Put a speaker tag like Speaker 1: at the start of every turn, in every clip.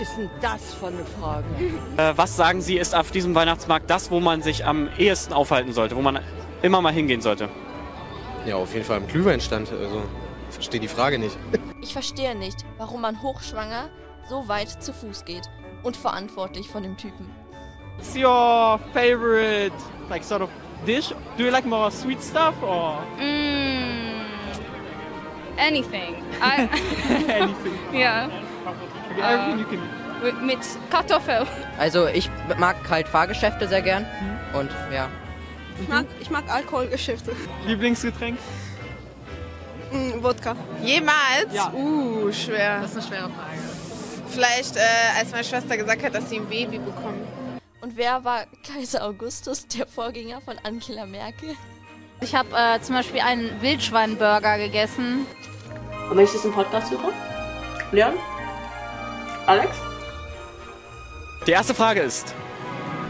Speaker 1: ist denn das für eine Frage?
Speaker 2: Äh, was sagen Sie, ist auf diesem Weihnachtsmarkt das, wo man sich am ehesten aufhalten sollte, wo man immer mal hingehen sollte?
Speaker 3: Ja, auf jeden Fall im Glühweinstand. Also verstehe die Frage nicht.
Speaker 4: Ich verstehe nicht, warum man hochschwanger so weit zu Fuß geht. Unverantwortlich von dem Typen.
Speaker 5: What's your favorite like sort of dish? Do you like more sweet stuff or
Speaker 6: Mm, anything. I,
Speaker 5: anything?
Speaker 6: ja,
Speaker 5: Okay, everything
Speaker 7: Um,
Speaker 5: you can.
Speaker 6: wi- mit Kartoffel.
Speaker 8: Also ich mag halt Fahrgeschäfte sehr gern
Speaker 9: Mhm.
Speaker 8: und ja.
Speaker 9: Ich mag, ich mag Alkoholgeschäfte.
Speaker 5: Lieblingsgetränk?
Speaker 9: Mm, Wodka.
Speaker 10: Jemals?
Speaker 5: Ja.
Speaker 10: Uh, schwer. Das ist eine schwere Frage. Vielleicht, äh, als meine Schwester gesagt hat, dass sie ein Baby bekommt.
Speaker 4: Und wer war Kaiser Augustus, der Vorgänger von Angela Merkel?
Speaker 6: Ich habe äh, zum Beispiel einen Wildschweinburger gegessen.
Speaker 11: Und wenn ich das im Podcast höre? Leon? Alex?
Speaker 2: Die erste Frage ist,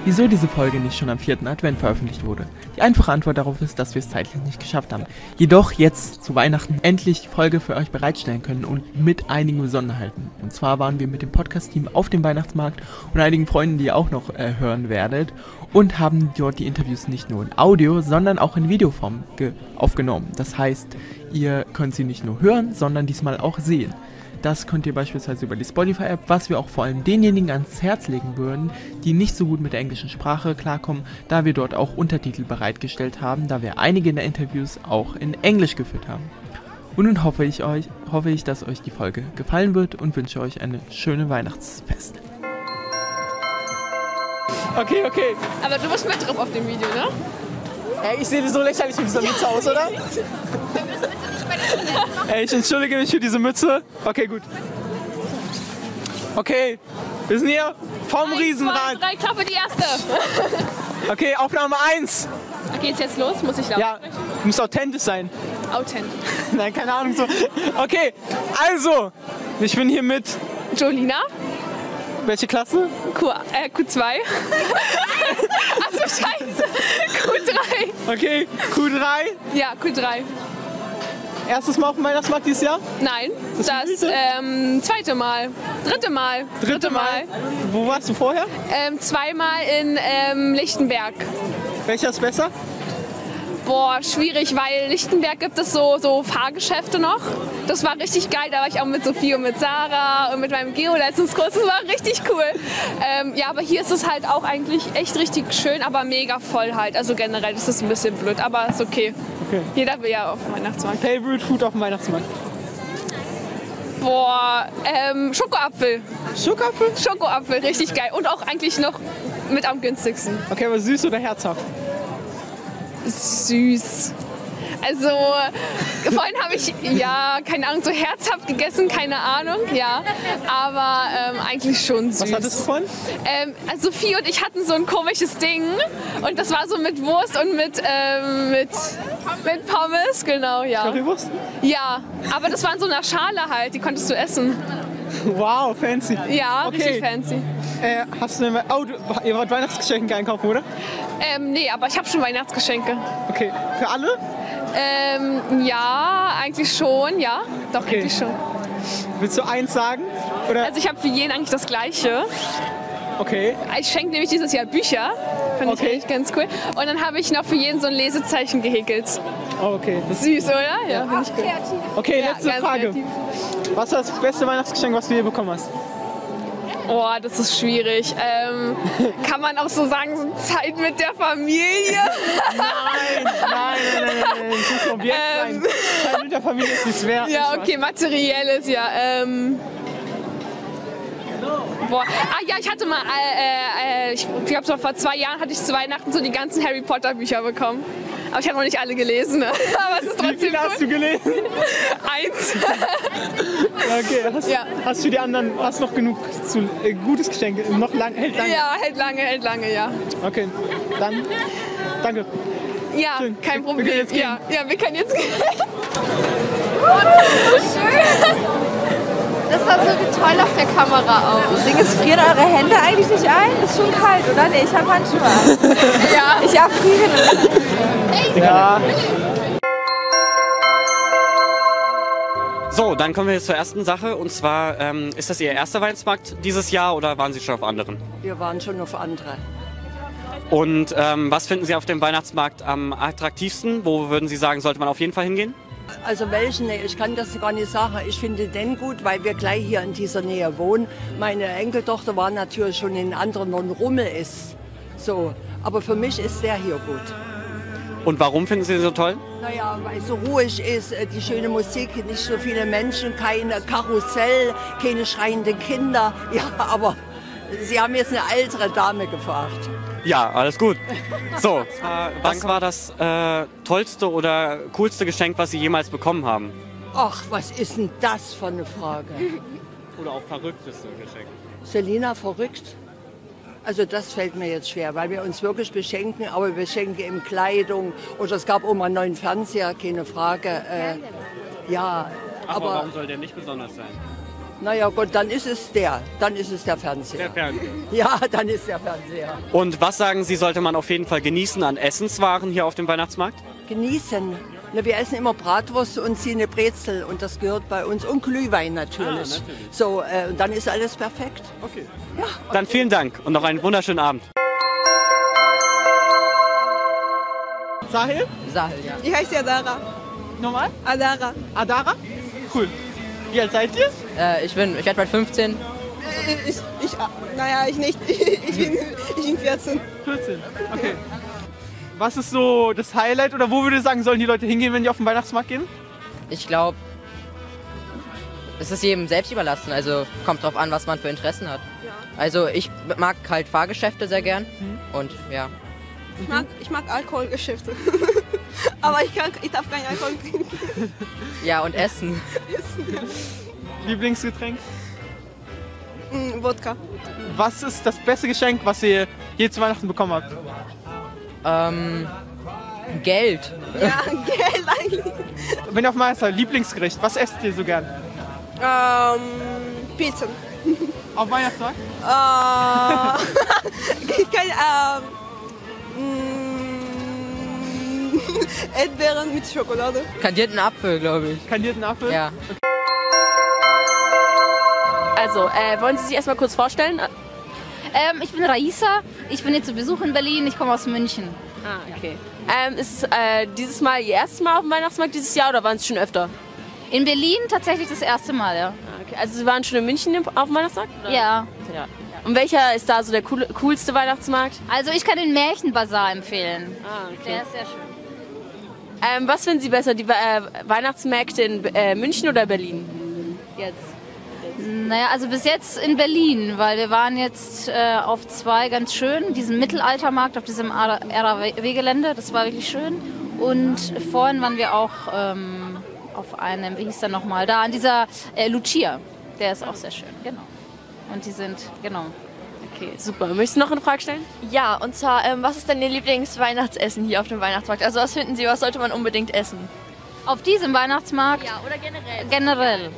Speaker 7: Wieso diese Folge nicht schon am vierten Advent veröffentlicht wurde? Die einfache Antwort darauf ist, dass wir es zeitlich nicht geschafft haben. Jedoch jetzt zu Weihnachten endlich die Folge für euch bereitstellen können und mit einigen Besonderheiten. Und zwar waren wir mit dem Podcast-Team auf dem Weihnachtsmarkt und einigen Freunden, die ihr auch noch äh, hören werdet, und haben dort die Interviews nicht nur in Audio, sondern auch in Videoform ge- aufgenommen. Das heißt, ihr könnt sie nicht nur hören, sondern diesmal auch sehen. Das könnt ihr beispielsweise über die Spotify-App, was wir auch vor allem denjenigen ans Herz legen würden, die nicht so gut mit der englischen Sprache klarkommen, da wir dort auch Untertitel bereitgestellt haben, da wir einige der Interviews auch in Englisch geführt haben. Und nun hoffe ich euch, hoffe ich, dass euch die Folge gefallen wird und wünsche euch eine schöne Weihnachtsfest.
Speaker 5: Okay, okay.
Speaker 10: Aber du bist mit drauf auf dem Video, ne?
Speaker 5: Ey, ich sehe so lächerlich mit dieser Mütze aus, oder? Ey, ich entschuldige mich für diese Mütze. Okay, gut. Okay, wir sind hier vom Riesenrad.
Speaker 6: Drei, klappe die erste.
Speaker 5: Okay, Aufnahme 1.
Speaker 10: Okay, geht's jetzt los? Muss ich laufen?
Speaker 5: Ja, du musst authentisch sein.
Speaker 10: Authentisch.
Speaker 5: Nein, keine Ahnung. So. Okay, also, ich bin hier mit.
Speaker 10: Jolina,
Speaker 5: Welche Klasse?
Speaker 10: Q, äh, Q2. Achso, scheiße. Q3.
Speaker 5: Okay, Q3.
Speaker 10: Ja, Q3.
Speaker 5: Erstes Mal auf dem Weihnachtsmarkt dieses Jahr?
Speaker 10: Nein, das, ähm, zweite Mal. Dritte Mal.
Speaker 5: Dritte Mal. Wo warst du vorher?
Speaker 10: Ähm, zweimal in ähm, Lichtenberg.
Speaker 5: Welcher ist besser?
Speaker 10: Boah, schwierig, weil Lichtenberg gibt es so, so Fahrgeschäfte noch. Das war richtig geil. Da war ich auch mit Sophie und mit Sarah und mit meinem Geo letztens kurz. Das war richtig cool. Ähm, ja, aber hier ist es halt auch eigentlich echt richtig schön, aber mega voll halt. Also generell ist es ein bisschen blöd, aber ist okay.
Speaker 5: Okay.
Speaker 10: Jeder will ja auf den Weihnachtsmarkt.
Speaker 5: Favorite Food auf dem Weihnachtsmarkt?
Speaker 10: Boah, ähm, Schokoapfel.
Speaker 5: Schokapfel?
Speaker 10: Schokoapfel, richtig geil. Und auch eigentlich noch mit am günstigsten.
Speaker 5: Okay, aber süß oder herzhaft?
Speaker 10: süß. Also, vorhin habe ich, ja, keine Ahnung, so herzhaft gegessen, keine Ahnung, ja. Aber ähm, eigentlich schon süß.
Speaker 5: Was hattest du von?
Speaker 10: Ähm, also Sophie und ich hatten so ein komisches Ding und das war so mit Wurst und mit, ähm, mit, mit Pommes, genau, ja.
Speaker 5: Currywurst?
Speaker 10: Ja, aber das war in so einer Schale halt, die konntest du essen.
Speaker 5: Wow, fancy.
Speaker 10: Ja,
Speaker 5: okay.
Speaker 10: richtig fancy.
Speaker 5: Äh, hast du denn, mal- oh, du, ihr wollt Weihnachtsgeschenke einkaufen, oder?
Speaker 10: Ähm, nee, aber ich habe schon Weihnachtsgeschenke.
Speaker 5: Okay. Für alle?
Speaker 10: Ähm, ja, eigentlich schon, ja. Doch,
Speaker 5: Okay.
Speaker 10: eigentlich schon.
Speaker 5: Willst du eins sagen? Oder?
Speaker 10: Also ich habe für jeden eigentlich das Gleiche.
Speaker 5: okay.
Speaker 10: Ich schenke nämlich dieses Jahr Bücher. Fand
Speaker 5: Okay.
Speaker 10: ich eigentlich ganz cool. Und dann habe ich noch für jeden so ein Lesezeichen gehäkelt.
Speaker 5: Oh, okay. Das,
Speaker 10: Süß, oder? Ja, finde ich cool.
Speaker 5: okay,
Speaker 10: Ja,
Speaker 5: letzte
Speaker 10: ganz
Speaker 5: Frage.
Speaker 10: kreativ.
Speaker 5: Was war das beste Weihnachtsgeschenk, was du je bekommen hast?
Speaker 10: Oh, das ist schwierig. Ähm, kann man auch so sagen, so Zeit mit der Familie?
Speaker 5: Nein, nein, nein, nein, nein, nein. Ich muss vom Objekt
Speaker 10: Ähm.
Speaker 5: sein. Zeit mit der Familie ist nicht wert.
Speaker 10: Ja, okay, materielles, ja. Ähm, boah. Ah ja, ich hatte mal, äh, äh, ich glaube, so vor zwei Jahren hatte ich zu Weihnachten so die ganzen Harry Potter Bücher bekommen. Aber ich habe noch nicht alle gelesen. Ne? Aber es ist
Speaker 5: Wie
Speaker 10: trotzdem
Speaker 5: viele hast
Speaker 10: cool.
Speaker 5: du gelesen?
Speaker 10: Eins.
Speaker 5: Okay, hast,
Speaker 10: Ja.
Speaker 5: hast du die anderen, hast noch genug zu, äh, gutes Geschenk, noch lang, hält lange.
Speaker 10: Ja, hält lange, hält lange, ja.
Speaker 5: Okay, dann, danke.
Speaker 10: Ja,
Speaker 5: Schön.
Speaker 10: kein
Speaker 5: Wir- wir
Speaker 10: Problem.
Speaker 5: können jetzt gehen.
Speaker 10: Ja, ja, wir können jetzt gehen. Oh, das ist so schön.
Speaker 4: Das sah so toll auf der Kamera aus.
Speaker 11: Ding ist, frieren eure Hände eigentlich nicht ein? Ist schon kalt, oder? Nee, ich habe Handschuhe an.
Speaker 10: Ja.
Speaker 11: Ich erfriere.
Speaker 5: Ja.
Speaker 2: So, dann kommen wir jetzt zur ersten Sache. Und zwar, ähm, ist das Ihr erster Weihnachtsmarkt dieses Jahr oder waren Sie schon auf anderen?
Speaker 1: Wir waren schon auf andere.
Speaker 2: Und ähm, was finden Sie auf dem Weihnachtsmarkt am attraktivsten? Wo würden Sie sagen, sollte man auf jeden Fall hingehen?
Speaker 1: Also welchen? nee, Ich kann das gar nicht sagen. Ich finde den gut, weil wir gleich hier in dieser Nähe wohnen. Meine Enkeltochter war natürlich schon in anderen und Rummel ist. So, aber für mich ist der hier gut.
Speaker 2: Und warum finden Sie ihn so toll?
Speaker 1: Naja, weil es so ruhig ist, äh, die schöne Musik, nicht so viele Menschen, kein Karussell, keine schreienden Kinder. Ja, aber Sie haben jetzt eine ältere Dame gefragt.
Speaker 2: Ja, alles gut. So, äh, was war das äh, tollste oder coolste Geschenk, was Sie jemals bekommen haben?
Speaker 1: Ach, was ist denn das für eine Frage?
Speaker 5: Oder auch verrückteste Geschenk.
Speaker 1: Selina verrückt? Also das fällt mir jetzt schwer, weil wir uns wirklich beschenken, aber wir schenken eben Kleidung oder es gab auch mal einen neuen Fernseher, keine Frage. Äh, ja,
Speaker 5: Aber,
Speaker 1: aber
Speaker 5: warum soll der nicht besonders sein?
Speaker 1: naja gut, dann ist es der, dann ist es der Fernseher. Ja, dann ist der Fernseher.
Speaker 2: Und was sagen Sie, sollte man auf jeden Fall genießen an Essenswaren hier auf dem Weihnachtsmarkt?
Speaker 1: Genießen. Na, wir essen immer Bratwurst und sie eine Brezel und das gehört bei uns und Glühwein natürlich.
Speaker 2: natürlich.
Speaker 1: So, äh, und dann ist alles perfekt. Okay.
Speaker 2: Dann vielen Dank und noch einen wunderschönen Abend.
Speaker 5: Sahil?
Speaker 8: Sahel, ja.
Speaker 9: Ich heiße Adara.
Speaker 5: Nochmal?
Speaker 9: Adara.
Speaker 5: Adara? Cool. Wie alt seid ihr?
Speaker 8: Äh, ich bin, ich werde bald 15.
Speaker 9: Äh, Ich, ich, ah, naja, ich nicht. Ich bin, ich bin 14.
Speaker 5: 14. Okay. Was ist so das Highlight oder wo würde ihr sagen, sollen die Leute hingehen, wenn die auf den Weihnachtsmarkt gehen?
Speaker 8: Ich glaube, es ist jedem selbst überlassen. Also kommt drauf an, was man für Interessen hat. Also ich mag halt Fahrgeschäfte sehr gern.
Speaker 5: Mhm.
Speaker 8: Und ja.
Speaker 9: Ich mag, ich mag Alkoholgeschäfte. Aber ich, kann, ich darf keinen Alkohol trinken.
Speaker 8: Ja, und Essen.
Speaker 5: Lieblingsgetränk?
Speaker 9: Mm, Wodka.
Speaker 5: Was ist das beste Geschenk, was ihr je zu Weihnachten bekommen habt?
Speaker 8: Ähm, Geld.
Speaker 9: Ja, Geld eigentlich.
Speaker 5: Wenn ihr auf Meister, Lieblingsgericht, was esst ihr so gern?
Speaker 9: Ähm, Pizzen.
Speaker 5: Auf Weihnachtsmarkt?
Speaker 9: Äh, ich kann, ähm, mm, Erdbeeren mit Schokolade.
Speaker 8: Kandierten Apfel, glaube ich.
Speaker 5: Kandierten Apfel?
Speaker 8: Ja.
Speaker 11: Also, äh, wollen Sie sich erstmal kurz vorstellen? Ah,
Speaker 6: Ähm, ich bin Raisa, ich bin jetzt zu Besuch in Berlin, ich komme aus München.
Speaker 11: okay. Ähm, ist es äh, dieses Mal Ihr erstes Mal auf dem Weihnachtsmarkt dieses Jahr oder waren Sie schon öfter?
Speaker 6: In Berlin tatsächlich das erste Mal, ja.
Speaker 11: Ah, Okay. Also, Sie waren schon in München im- auf dem Weihnachtsmarkt? oder?
Speaker 6: Ja.
Speaker 11: ja. Und welcher ist da so der coole, coolste Weihnachtsmarkt?
Speaker 6: Also ich kann den Märchenbazar empfehlen.
Speaker 11: Ah,
Speaker 6: Der ist sehr schön.
Speaker 11: Ähm, was finden Sie besser, die We- äh, Weihnachtsmärkte in äh, München oder Berlin? Jetzt.
Speaker 6: Naja, also bis jetzt in Berlin, weil wir waren jetzt äh, auf zwei ganz schön, diesem Mittelaltermarkt auf diesem RAW-Gelände, das war wirklich schön. Und vorhin waren wir auch ähm, auf einem, wie hieß der nochmal, da an dieser äh, Lucia, der ist auch sehr schön, genau. Und die sind, genau.
Speaker 11: Okay, super. Möchtest du noch eine Frage stellen?
Speaker 4: Ja, und zwar, ähm, was ist denn Ihr Lieblingsweihnachtsessen hier auf dem Weihnachtsmarkt? Also was finden Sie, was sollte man unbedingt essen?
Speaker 6: Auf diesem Weihnachtsmarkt
Speaker 4: Ja, oder generell.
Speaker 6: generell.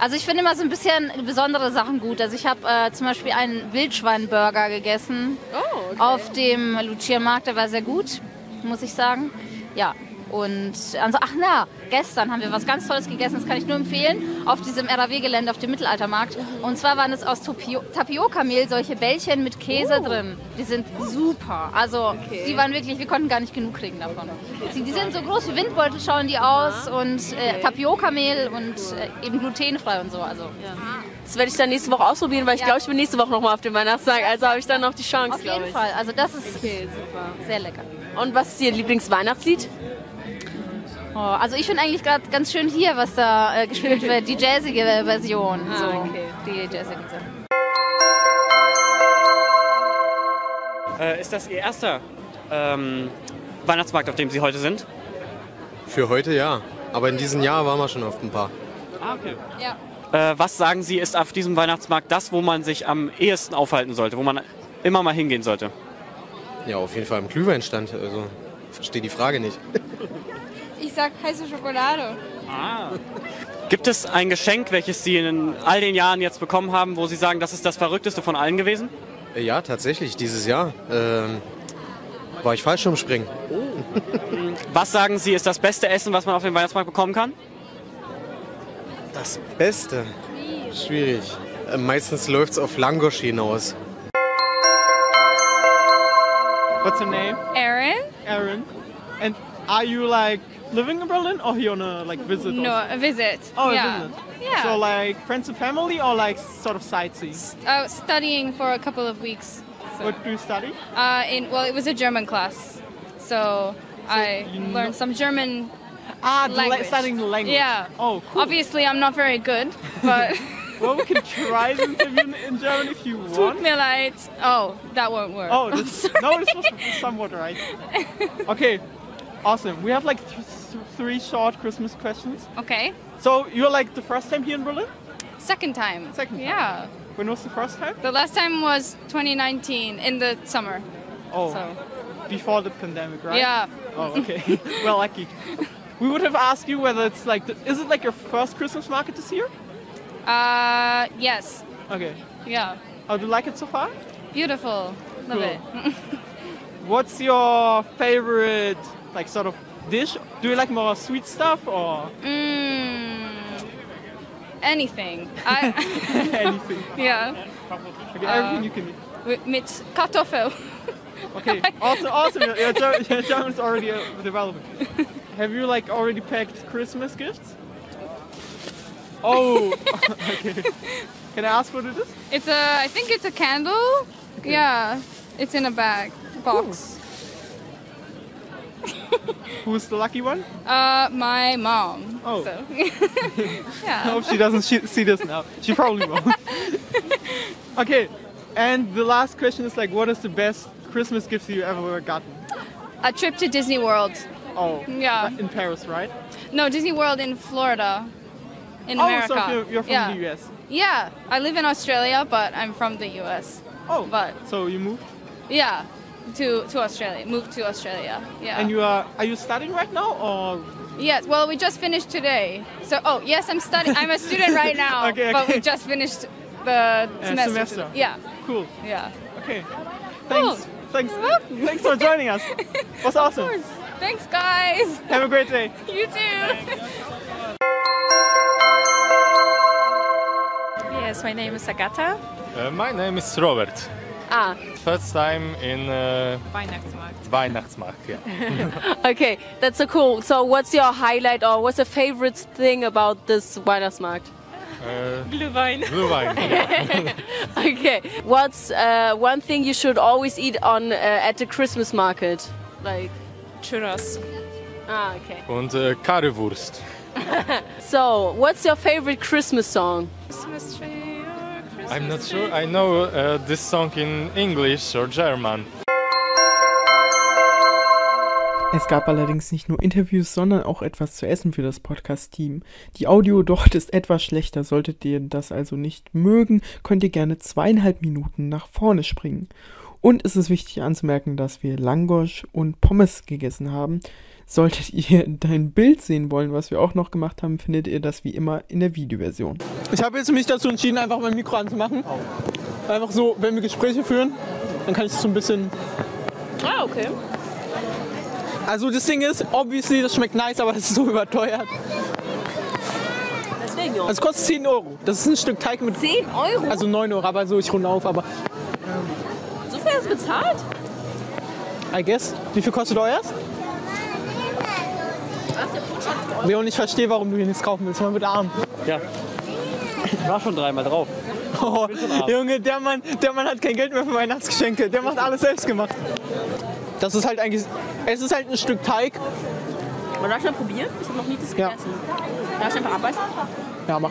Speaker 6: Also ich finde immer so ein bisschen besondere Sachen gut. Also ich habe äh, zum Beispiel einen Wildschweinburger gegessen
Speaker 11: Oh,
Speaker 6: auf dem Lucia-Markt. Der war sehr gut, muss ich sagen. Ja. Und also, ach na, gestern haben wir was ganz Tolles gegessen, das kann ich nur empfehlen, auf diesem RAW-Gelände, auf dem Mittelaltermarkt. Und zwar waren es aus Topio- Tapioca-Mehl solche Bällchen mit Käse drin. Die sind super. Also die waren wirklich, wir konnten gar nicht genug kriegen davon. Die, die sind so groß wie Windbeutel, schauen die aus und äh, Tapioca-Mehl und äh, eben glutenfrei und so. Also
Speaker 11: Das werde ich dann nächste Woche ausprobieren, weil ich
Speaker 6: Ja.
Speaker 11: glaube, ich bin nächste Woche nochmal auf dem Weihnachtsmarkt. Also habe ich dann noch die Chance,
Speaker 6: auf
Speaker 11: glaube
Speaker 6: jeden
Speaker 11: ich.
Speaker 6: Fall. Also das ist sehr lecker.
Speaker 11: Und was ist Ihr Lieblingsweihnachtslied?
Speaker 6: Oh, also ich finde eigentlich gerade ganz schön hier, was da äh, gespielt wird, die jazzige Version.
Speaker 5: Ah,
Speaker 6: so. Die jazzige Version.
Speaker 2: Äh, ist das Ihr erster ähm, Weihnachtsmarkt, auf dem Sie heute sind?
Speaker 3: Für heute ja. Aber in diesem Jahr waren wir schon auf ein paar.
Speaker 5: Ah, okay.
Speaker 2: Äh, was sagen Sie, ist auf diesem Weihnachtsmarkt das, wo man sich am ehesten aufhalten sollte, wo man immer mal hingehen sollte?
Speaker 3: Ja, auf jeden Fall im Glühweinstand. Also verstehe die Frage nicht.
Speaker 10: Ich sag heiße Schokolade.
Speaker 2: Ah. Gibt es ein Geschenk, welches Sie in all den Jahren jetzt bekommen haben, wo Sie sagen, das ist das Verrückteste von allen gewesen?
Speaker 3: Äh, Ja, tatsächlich, dieses Jahr ähm, war ich Fallschirmspringen.
Speaker 2: Oh. Was sagen Sie, ist das beste Essen, was man auf dem Weihnachtsmarkt bekommen kann? Das Beste? Schwierig. Äh, meistens läuft es auf Langosch hinaus.
Speaker 7: What's your name?
Speaker 5: Erin?
Speaker 7: Aaron. And are you like living in Berlin or here on a like visit?
Speaker 5: No,
Speaker 7: also?
Speaker 5: a visit.
Speaker 7: Oh, a
Speaker 5: yeah.
Speaker 7: visit.
Speaker 5: Yeah.
Speaker 7: So like friends and family or like sort of sightseeing?
Speaker 5: uh, studying for a couple of weeks. So.
Speaker 7: What do you study?
Speaker 5: Uh, in well, it was a German class, so, I learned some German.
Speaker 7: Ah, the la-
Speaker 5: language.
Speaker 7: studying the language.
Speaker 5: Yeah.
Speaker 7: Oh, cool.
Speaker 5: Obviously, I'm not very good, but
Speaker 7: well, we can try to interview in- in German if you
Speaker 5: tut
Speaker 7: want.
Speaker 5: mir leid. Oh, that won't work.
Speaker 7: Oh, this, no, this was somewhat right. Okay, awesome. We have like th- th- three short Christmas questions.
Speaker 5: Okay.
Speaker 7: So you're like the first time here in Berlin?
Speaker 5: Second time. Second time. Yeah.
Speaker 7: When was the first time?
Speaker 5: The last time was 2019 in the summer.
Speaker 7: Oh,
Speaker 5: So.
Speaker 7: before the pandemic, right?
Speaker 5: Yeah.
Speaker 7: Oh, okay. well, lucky. We would have asked you whether it's like, the, is it like your first Christmas market this year?
Speaker 5: Uh, yes.
Speaker 7: Okay.
Speaker 5: Yeah.
Speaker 7: How do you like it so far?
Speaker 5: Beautiful. Love
Speaker 7: Cool.
Speaker 5: it.
Speaker 7: What's your favorite, like, sort of dish? Do you like more sweet stuff or
Speaker 5: Mm, anything. I,
Speaker 7: anything?
Speaker 5: yeah.
Speaker 7: Okay, everything
Speaker 5: Uh,
Speaker 7: you can eat.
Speaker 5: wi- Mit Kartoffel.
Speaker 7: Okay, awesome, awesome. Your, your, Ger- your German's already uh, developing. Have you like already packed Christmas gifts? Oh, okay. Can I ask what it is?
Speaker 5: It's a, I think it's a candle. Yeah. It's in a bag, box.
Speaker 7: Who's the lucky one?
Speaker 5: Uh, my mom.
Speaker 7: Oh.
Speaker 5: So.
Speaker 7: I
Speaker 5: yeah.
Speaker 7: hope Oh, she doesn't she- see this now. She probably won't. okay, and the last question is like, what is the best Christmas gift you ever gotten?
Speaker 5: A trip to Disney World.
Speaker 7: Oh,
Speaker 5: Yeah.
Speaker 7: in Paris, right?
Speaker 5: No, Disney World in Florida. In
Speaker 7: oh,
Speaker 5: America.
Speaker 7: so you're, you're from
Speaker 5: yeah.
Speaker 7: the US.
Speaker 5: Yeah, I live in Australia, but I'm from the US.
Speaker 7: Oh,
Speaker 5: but
Speaker 7: So you moved,
Speaker 5: yeah, to to Australia, moved to Australia. Yeah.
Speaker 7: and you are are you studying right now or?
Speaker 5: Yes. Well, we just finished today. So, oh yes, I'm studying. I'm a student right now,
Speaker 7: Okay,
Speaker 5: but
Speaker 7: okay.
Speaker 5: we just finished the semester.
Speaker 7: semester.
Speaker 5: Yeah.
Speaker 7: Cool.
Speaker 5: Yeah.
Speaker 7: Okay. Thanks. Thanks. Thanks for joining us. Was awesome.
Speaker 5: Thanks, guys.
Speaker 7: Have a great day.
Speaker 5: You too.
Speaker 12: Yes, my name is Agata.
Speaker 13: Uh, my name is Robert.
Speaker 12: Ah,
Speaker 13: First time in uh,
Speaker 12: Weihnachtsmarkt.
Speaker 13: Weihnachtsmarkt. Yeah.
Speaker 11: okay, that's so cool. So, what's your highlight or what's your favorite thing about this Weihnachtsmarkt?
Speaker 13: Uh,
Speaker 12: Glühwein.
Speaker 13: Glühwein.
Speaker 11: okay, what's uh, one thing you should always eat on uh, at the Christmas market? Like
Speaker 12: churros.
Speaker 11: Ah, okay.
Speaker 13: Und uh, Currywurst.
Speaker 11: so, what's your favorite Christmas song?
Speaker 12: Christmas tree.
Speaker 13: I'm not sure I know uh, this song in English or German.
Speaker 14: Es gab allerdings nicht nur Interviews, sondern auch etwas zu essen für das Podcast-Team. Die Audio dort ist etwas schlechter, solltet ihr das also nicht mögen, könnt ihr gerne zweieinhalb Minuten nach vorne springen. Und es ist wichtig anzumerken, dass wir Langosch und Pommes gegessen haben. Solltet ihr dein Bild sehen wollen, was wir auch noch gemacht haben, findet ihr das wie immer in der Videoversion.
Speaker 7: Ich habe jetzt mich dazu entschieden, einfach mein Mikro anzumachen. Einfach so, wenn wir Gespräche führen, dann kann ich es so ein bisschen.
Speaker 12: Ah, okay.
Speaker 7: Also das Ding ist, obviously, das schmeckt nice, aber das ist so überteuert.
Speaker 12: Deswegen.
Speaker 7: Also es kostet 10 Euro. Das ist ein Stück Teig mit. 10
Speaker 12: Euro?
Speaker 7: Also 9 Euro, aber so, ich runde auf, aber
Speaker 12: So viel hast du bezahlt?
Speaker 7: I guess. Wie viel kostet euers? Leon, ich verstehe, warum du hier nichts kaufen willst. Man wird arm.
Speaker 15: Ja. Ich war schon dreimal drauf.
Speaker 7: Oh,
Speaker 15: bin schon arm.
Speaker 7: Junge, der Mann, der Mann hat kein Geld mehr für Weihnachtsgeschenke. Der macht alles selbst gemacht. Das ist halt eigentlich. Es ist halt ein Stück Teig.
Speaker 12: Man darf mal probieren. Ich habe noch nie das
Speaker 7: Ja.
Speaker 12: gegessen. Darf ich einfach abbeißen?
Speaker 7: Ja, mach.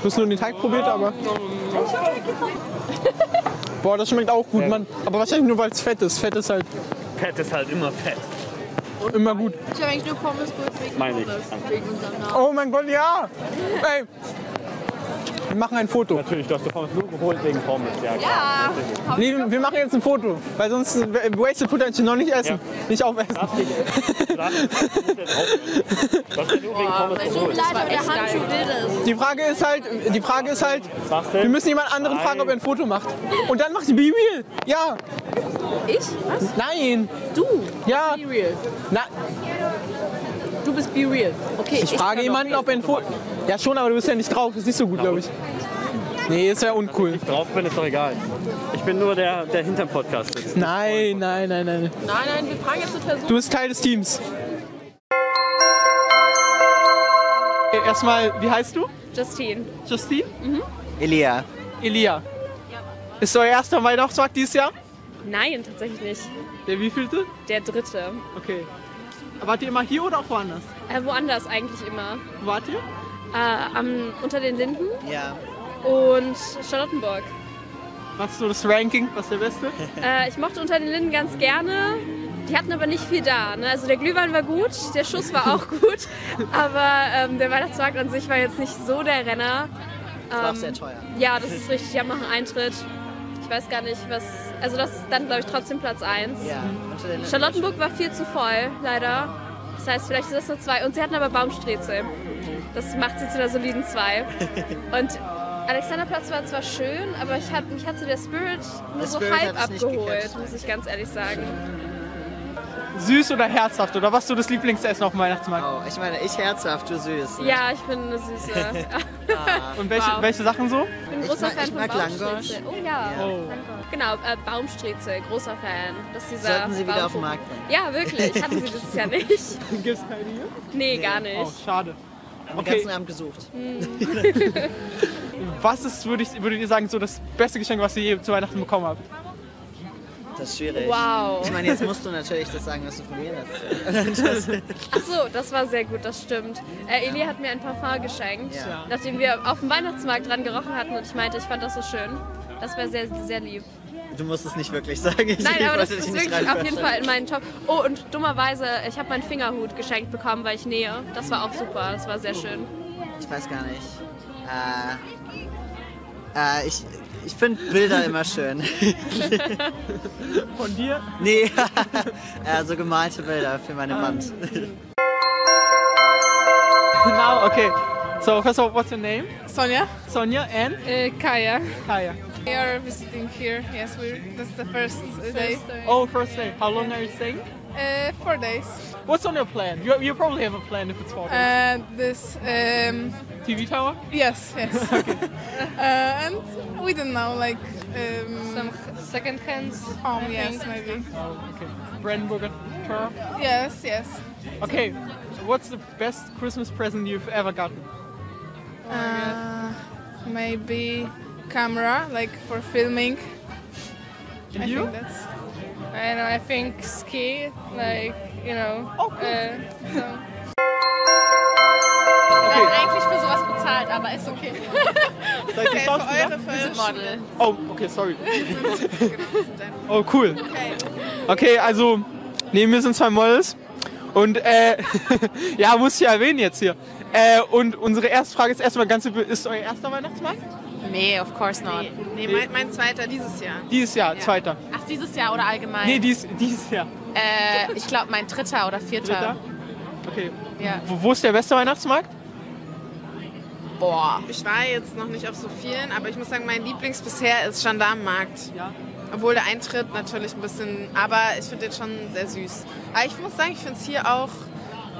Speaker 7: Du hast nur den Teig probiert, aber. Boah, das schmeckt auch gut, Mann. Aber wahrscheinlich nur, weil es fett ist. Fett ist halt
Speaker 15: Fett ist halt immer fett.
Speaker 7: immer gut.
Speaker 10: Ich habe eigentlich nur Pommes geholt wegen
Speaker 15: Meine ich. Ah.
Speaker 10: Pommes, wegen unserem Namen.
Speaker 7: Oh mein Gott, ja! Ey! Wir machen ein Foto.
Speaker 15: Natürlich, du hast dir Pommes nur geholt wegen Pommes. Ja,
Speaker 10: Ja.
Speaker 15: klar.
Speaker 7: Nee, wir machen jetzt ein Foto, weil sonst äh, Wasted Potential noch nicht essen. Nicht aufessen. Die Frage ist halt, die Frage ist halt, wir müssen jemand anderen fragen, ob er ein Foto macht. Und dann macht die Bibi. Ja.
Speaker 12: Ich? Was?
Speaker 7: Nein. Du? Ja. Na,
Speaker 12: Du du bist Be Real. Okay,
Speaker 7: Ich frage
Speaker 12: kann
Speaker 7: jemanden,
Speaker 12: auch-
Speaker 7: ob er ein Foto. Ja, schon, aber du bist ja nicht drauf. Ist nicht so gut, glaube ich. Nee, ist ja uncool.
Speaker 16: Ich drauf bin, ist doch egal. Ich bin nur der, der hinterm Podcast sitzt.
Speaker 7: Nein, nein, nein, nein.
Speaker 12: Nein, nein, wir fragen jetzt eine Person.
Speaker 7: Du bist Teil des Teams. Äh, Erstmal, wie heißt du?
Speaker 17: Justine.
Speaker 7: Justine?
Speaker 17: Mhm.
Speaker 7: Elia. Elia. Ist euer erster Weihnachtsmarkt dieses Jahr?
Speaker 17: Nein, tatsächlich nicht.
Speaker 7: Der wievielte?
Speaker 17: Der dritte.
Speaker 7: Okay. Wart ihr immer hier oder auch woanders?
Speaker 17: Äh, woanders eigentlich immer.
Speaker 7: Wart ihr?
Speaker 17: Äh, am, unter den Linden
Speaker 7: Ja.
Speaker 17: und Charlottenburg.
Speaker 7: Was ist so das Ranking? Was ist der beste?
Speaker 17: Äh, ich mochte unter den Linden ganz gerne. Die hatten aber nicht viel da. Ne? Also der Glühwein war gut, der Schuss war auch gut, aber ähm, der Weihnachtsmarkt an sich war jetzt nicht so der Renner. Ähm,
Speaker 18: war auch sehr teuer.
Speaker 17: Ja, das ist richtig. Ja, machen Eintritt. Ich weiß gar nicht, was. Also das ist dann glaube ich trotzdem Platz 1.
Speaker 18: Ja, unter den Linden.
Speaker 17: Charlottenburg war viel zu voll, leider. Das heißt, vielleicht ist das nur zwei. Und sie hatten aber Baumstrezel. Das macht sie zu einer soliden 2. Und Alexanderplatz war zwar schön, aber ich hab, mich hat so der Spirit nur
Speaker 18: Der
Speaker 17: so
Speaker 18: Spirit
Speaker 17: halb
Speaker 18: hat's nicht
Speaker 17: abgeholt,
Speaker 18: gecatcht.
Speaker 17: muss ich ganz ehrlich sagen.
Speaker 7: Süß oder herzhaft? Oder was ist so das Lieblingsessen auf dem Weihnachtsmarkt?
Speaker 18: Oh, ich meine, ich herzhaft, du süß. ne?
Speaker 17: Ja, ich bin eine Süße.
Speaker 7: Und welche, welche Sachen so?
Speaker 17: Ich bin ein großer
Speaker 18: mag-
Speaker 17: Fan
Speaker 18: ich
Speaker 17: von
Speaker 18: mag Langosch.
Speaker 17: Baumstrezel. Oh ja.
Speaker 7: Ja. Oh.
Speaker 17: Langosch. Genau, äh, Baumstrezel, großer Fan. Das ist dieser
Speaker 18: Sollten sie wieder auf den
Speaker 17: Baumkuchen.
Speaker 18: Markt bringen.
Speaker 17: Ja, wirklich. Hatten sie dieses Jahr nicht.
Speaker 7: Gibt's keine hier?
Speaker 17: Nee, gar nicht. Hm.
Speaker 7: Oh, schade.
Speaker 18: Haben den ganzen Abend gesucht.
Speaker 7: Was ist, würde ich, würdet ihr sagen, so das beste Geschenk, was ihr je zu Weihnachten bekommen habt?
Speaker 18: Das ist schwierig.
Speaker 17: Wow.
Speaker 18: Ich meine, jetzt musst du natürlich das sagen, was du von mir hast.
Speaker 17: Achso, das war sehr gut, das stimmt. Äh, Eli hat mir ein Parfum geschenkt,
Speaker 18: Ja.
Speaker 17: nachdem wir auf dem Weihnachtsmarkt dran gerochen hatten und ich meinte, ich fand das so schön. Das wäre sehr, sehr lieb.
Speaker 18: Du musst es nicht wirklich sagen. Ich
Speaker 17: Nein, aber das
Speaker 18: wollte dich
Speaker 17: ist
Speaker 18: nicht
Speaker 17: wirklich auf jeden
Speaker 18: reinverstellen.
Speaker 17: Fall in meinen Top. Oh, und dummerweise, ich habe meinen Fingerhut geschenkt bekommen, weil ich nähe. Das war auch super, das war sehr schön.
Speaker 18: Ich weiß gar nicht. Äh, äh, ich ich finde Bilder immer schön.
Speaker 7: Von dir?
Speaker 18: Nee, äh, so gemalte Bilder für meine Wand.
Speaker 14: Ah,
Speaker 7: Now, okay. So, first of all, what's your name?
Speaker 14: Sonia.
Speaker 7: Sonia and?
Speaker 14: Uh, Kaya.
Speaker 7: Kaya.
Speaker 14: We are visiting here. Yes, we. That's the first, day.
Speaker 7: Oh, first day. How long are you staying?
Speaker 14: Uh, four days.
Speaker 7: What's on your plan? You, you probably have a plan if it's four days.
Speaker 14: And this. Um,
Speaker 7: TV tower?
Speaker 14: yes, yes. uh, and we don't know, like um,
Speaker 17: some
Speaker 14: second hands. Home,
Speaker 17: I
Speaker 14: yes,
Speaker 17: think.
Speaker 14: maybe.
Speaker 7: Oh, okay. Brandenburger Tor.
Speaker 14: Yes, yes.
Speaker 7: Okay. What's the best Christmas present you've ever gotten?
Speaker 14: Uh, maybe camera, like for filming.
Speaker 7: And
Speaker 14: I
Speaker 7: you?
Speaker 14: think that's. I don't know. I think ski, like you know. uh,
Speaker 7: Okay.
Speaker 19: Wir haben eigentlich für sowas bezahlt, aber ist okay.
Speaker 7: Seid ihr Schauspieler? Oh, okay, sorry. oh, cool. Okay, also neben mir sind zwei Models. Und äh, ja, muss ich ja erwähnen jetzt hier. Äh, und unsere erste Frage ist erstmal ganz simpel, ist euer erster Weihnachtsmarkt?
Speaker 19: Nee, of course not.
Speaker 14: Nee, mein, mein zweiter dieses Jahr.
Speaker 7: Dieses Jahr, zweiter.
Speaker 19: Ach, dieses Jahr oder allgemein?
Speaker 7: Nee, dies, dieses Jahr.
Speaker 19: Äh, ich glaube, mein dritter oder vierter.
Speaker 7: Dritter? Okay.
Speaker 19: Ja.
Speaker 7: Wo, wo ist der beste Weihnachtsmarkt?
Speaker 14: Boah. Ich war jetzt noch nicht auf so vielen, aber ich muss sagen, mein Lieblings bisher ist Gendarmenmarkt. Ja. Obwohl der Eintritt natürlich ein bisschen, aber ich finde den schon sehr süß. Aber ich muss sagen, ich finde es hier auch.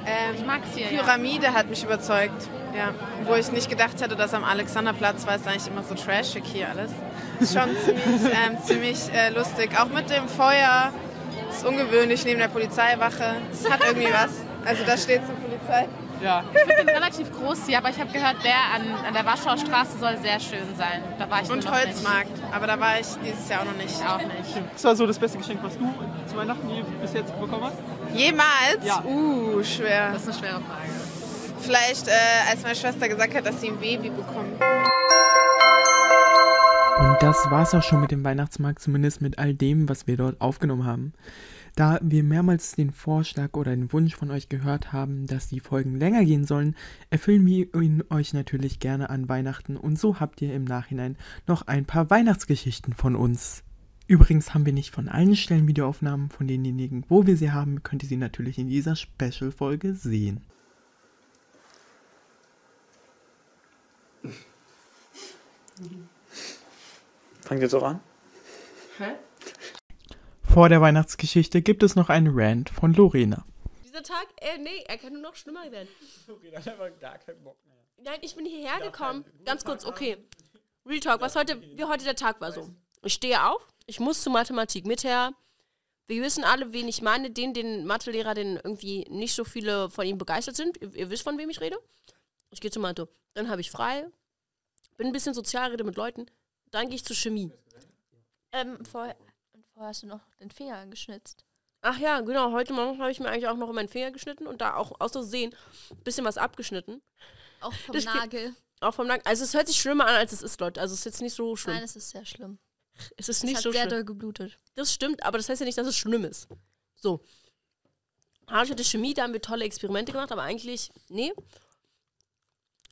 Speaker 14: Ähm, ich mag's hier. Pyramide hat mich überzeugt. Ja. Wo ich nicht gedacht hätte, dass am Alexanderplatz war es eigentlich immer so trashig hier alles. Ist schon ziemlich, ähm, ziemlich äh, lustig. Auch mit dem Feuer. Ist ungewöhnlich neben der Polizeiwache. Es hat irgendwie was. Also da steht zur Polizei.
Speaker 7: Ja.
Speaker 19: Ich finde den relativ groß hier, aber ich habe gehört, der an, an der Warschauer Straße soll sehr schön sein. Da war ich
Speaker 14: Und
Speaker 19: nur noch
Speaker 14: Holzmarkt, aber da war ich dieses Jahr auch noch nicht.
Speaker 19: Auch nicht.
Speaker 7: Das war so das beste Geschenk, was du zu Weihnachten je- bis jetzt bekommen hast?
Speaker 14: Jemals?
Speaker 7: Ja.
Speaker 14: Uh, schwer. Das
Speaker 19: ist eine schwere Frage.
Speaker 14: Vielleicht, äh, als meine Schwester gesagt hat, dass sie ein Baby bekommt.
Speaker 7: Und das war's auch schon mit dem Weihnachtsmarkt, zumindest mit all dem, was wir dort aufgenommen haben. Da wir mehrmals den Vorschlag oder den Wunsch von euch gehört haben, dass die Folgen länger gehen sollen, erfüllen wir ihn euch natürlich gerne an Weihnachten und so habt ihr im Nachhinein noch ein paar Weihnachtsgeschichten von uns. Übrigens haben wir nicht von allen Stellen Videoaufnahmen, von denjenigen, wo wir sie haben, könnt ihr sie natürlich in dieser Special-Folge sehen.
Speaker 2: Fangt jetzt auch an?
Speaker 19: Hä?
Speaker 7: Vor der Weihnachtsgeschichte gibt es noch einen Rant von Lorena.
Speaker 11: Dieser Tag er, nee, er kann nur noch schlimmer werden.
Speaker 20: Sorry, dann einfach gar keinen Bock mehr.
Speaker 11: Nein, ich bin hierher gekommen. Ganz kurz, okay. Real Talk, was heute, wie heute der Tag war so. Ich stehe auf, ich muss zur Mathematik mit her. Wir wissen alle, wen ich meine, den, den Mathelehrer, den irgendwie nicht so viele von ihm begeistert sind. Ihr, ihr wisst, von wem ich rede. Ich gehe zur Mathe. Dann habe ich frei, bin ein bisschen sozial, rede mit Leuten. Dann gehe ich zur Chemie.
Speaker 4: Ähm, vorher, und vorher hast du noch den Finger geschnitzt.
Speaker 11: Ach ja, genau. Heute Morgen habe ich mir eigentlich auch noch in meinen Finger geschnitten und da auch aus Versehen ein bisschen was abgeschnitten.
Speaker 4: Auch vom
Speaker 11: Das geht-
Speaker 4: Nagel.
Speaker 11: Auch vom Nagel. Also es hört sich schlimmer an, als es ist, Leute. Also es ist jetzt nicht so schlimm.
Speaker 4: Nein, es ist sehr schlimm.
Speaker 11: es ist
Speaker 4: es
Speaker 11: nicht
Speaker 4: hat
Speaker 11: so
Speaker 4: sehr
Speaker 11: schlimm.
Speaker 4: doll geblutet.
Speaker 11: Das stimmt, aber das heißt ja nicht, dass es schlimm ist. So. Ah, ich hatte Chemie, da haben wir tolle Experimente gemacht, aber eigentlich, nee.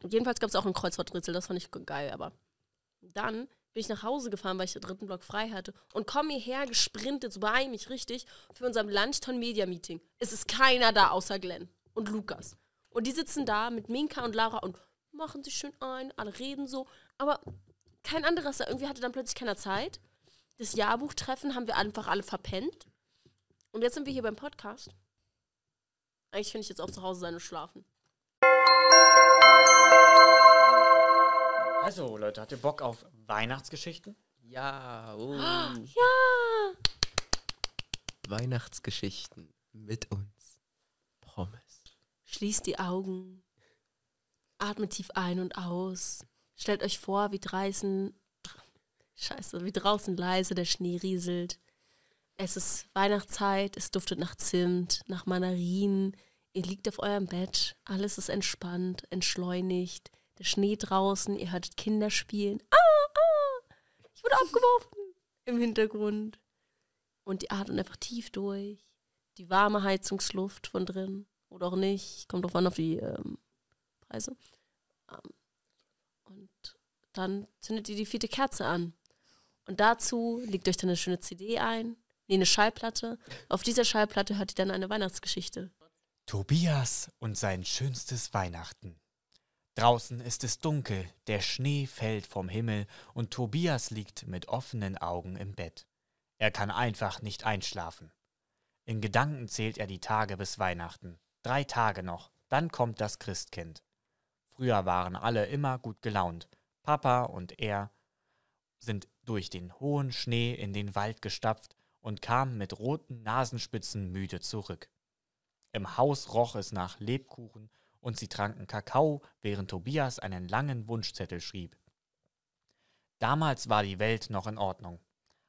Speaker 11: Jedenfalls gab es auch ein Kreuzworträtsel, das fand ich ge- geil, aber dann bin ich nach Hause gefahren, weil ich den dritten Block frei hatte und komme hierher gesprintet, so bei mich richtig, für unserem Lunchton Media Meeting. Es ist keiner da außer Glenn und Lukas. Und die sitzen da mit Minka und Lara und machen sich schön ein, alle reden so, aber kein anderer ist da. Irgendwie hatte dann plötzlich keiner Zeit. Das Jahrbuchtreffen haben wir einfach alle verpennt. Und jetzt sind wir hier beim Podcast. Eigentlich könnte ich jetzt auch zu Hause sein und schlafen.
Speaker 20: Also, Leute, habt ihr Bock auf Weihnachtsgeschichten?
Speaker 8: Ja, oh.
Speaker 11: Ja!
Speaker 21: Weihnachtsgeschichten mit uns. Pommes.
Speaker 11: Schließt die Augen. Atmet tief ein und aus. Stellt euch vor, wie draußen. Scheiße, wie draußen leise der Schnee rieselt. Es ist Weihnachtszeit, es duftet nach Zimt, nach Mandarinen. Ihr liegt auf eurem Bett, alles ist entspannt, entschleunigt. Der Schnee draußen, ihr hört Kinder spielen. Ah, ah, ich wurde abgeworfen im Hintergrund. Und die atmen einfach tief durch. Die warme Heizungsluft von drin oder auch nicht, kommt drauf an auf die ähm, Preise. Ähm, und dann zündet ihr die vierte Kerze an. Und dazu legt euch dann eine schöne CD ein, nee, eine Schallplatte. Auf dieser Schallplatte hört ihr dann eine Weihnachtsgeschichte.
Speaker 20: Tobias und sein schönstes Weihnachten. Draußen ist es dunkel, der Schnee fällt vom Himmel und Tobias liegt mit offenen Augen im Bett. Er kann einfach nicht einschlafen. In Gedanken zählt er die Tage bis Weihnachten. Drei Tage noch, dann kommt das Christkind. Früher waren alle immer gut gelaunt. Papa und er sind durch den hohen Schnee in den Wald gestapft und kamen mit roten Nasenspitzen müde zurück. Im Haus roch es nach Lebkuchen und sie tranken Kakao, während Tobias einen langen Wunschzettel schrieb. Damals war die Welt noch in Ordnung.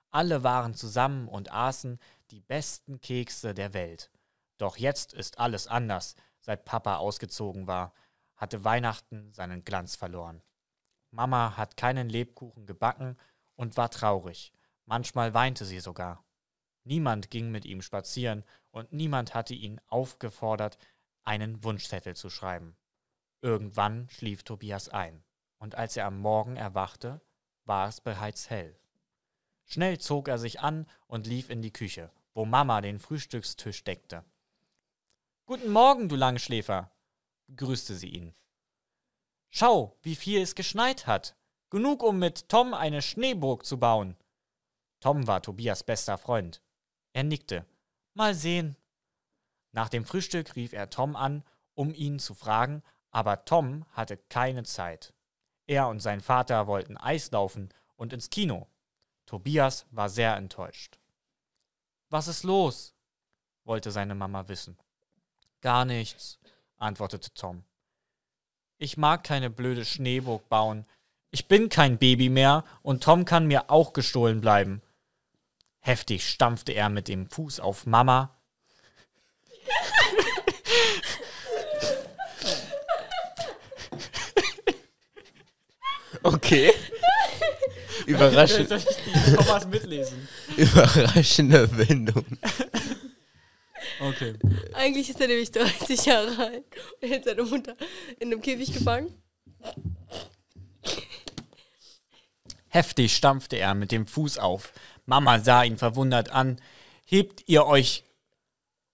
Speaker 20: Alle waren zusammen und aßen die besten Kekse der Welt. Doch jetzt ist alles anders. Seit Papa ausgezogen war, hatte Weihnachten seinen Glanz verloren. Mama hat keinen Lebkuchen gebacken und war traurig. Manchmal weinte sie sogar. Niemand ging mit ihm spazieren und niemand hatte ihn aufgefordert, einen Wunschzettel zu schreiben. Irgendwann schlief Tobias ein, und als er am Morgen erwachte, war es bereits hell. Schnell zog er sich an und lief in die Küche, wo Mama den Frühstückstisch deckte. Guten Morgen, du Langschläfer, grüßte sie ihn. Schau, wie viel es geschneit hat. Genug, um mit Tom eine Schneeburg zu bauen. Tom war Tobias bester Freund. Er nickte. Mal sehen. Nach dem Frühstück rief er Tom an, um ihn zu fragen, aber Tom hatte keine Zeit. Er und sein Vater wollten Eislaufen und ins Kino. Tobias war sehr enttäuscht. Was ist los? wollte seine Mama wissen. Gar nichts, antwortete Tom. Ich mag keine blöde Schneeburg bauen. Ich bin kein Baby mehr und Tom kann mir auch gestohlen bleiben. Heftig stampfte er mit dem Fuß auf Mama.
Speaker 21: Okay. Überraschend.
Speaker 20: Soll ich die Kommas mitlesen?
Speaker 21: Überraschende Wendung.
Speaker 20: Okay.
Speaker 11: Eigentlich ist er nämlich 30 Jahre alt und hält seine Mutter in einem Käfig gefangen.
Speaker 20: Heftig stampfte er mit dem Fuß auf. Mama sah ihn verwundert an. Hebt ihr euch.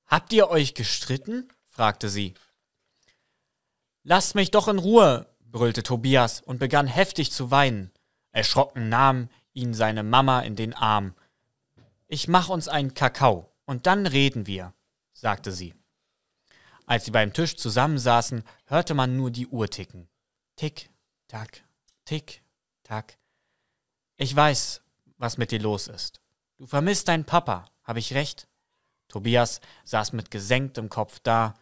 Speaker 20: Habt ihr euch gestritten? fragte sie. Lasst mich doch in Ruhe, brüllte Tobias und begann heftig zu weinen. Erschrocken nahm ihn seine Mama in den Arm. Ich mach uns einen Kakao und dann reden wir, sagte sie. Als sie beim Tisch zusammensaßen, hörte man nur die Uhr ticken. Tick, tack, tick, tack. Ich weiß, was mit dir los ist. Du vermisst deinen Papa, habe ich recht? Tobias saß mit gesenktem Kopf da.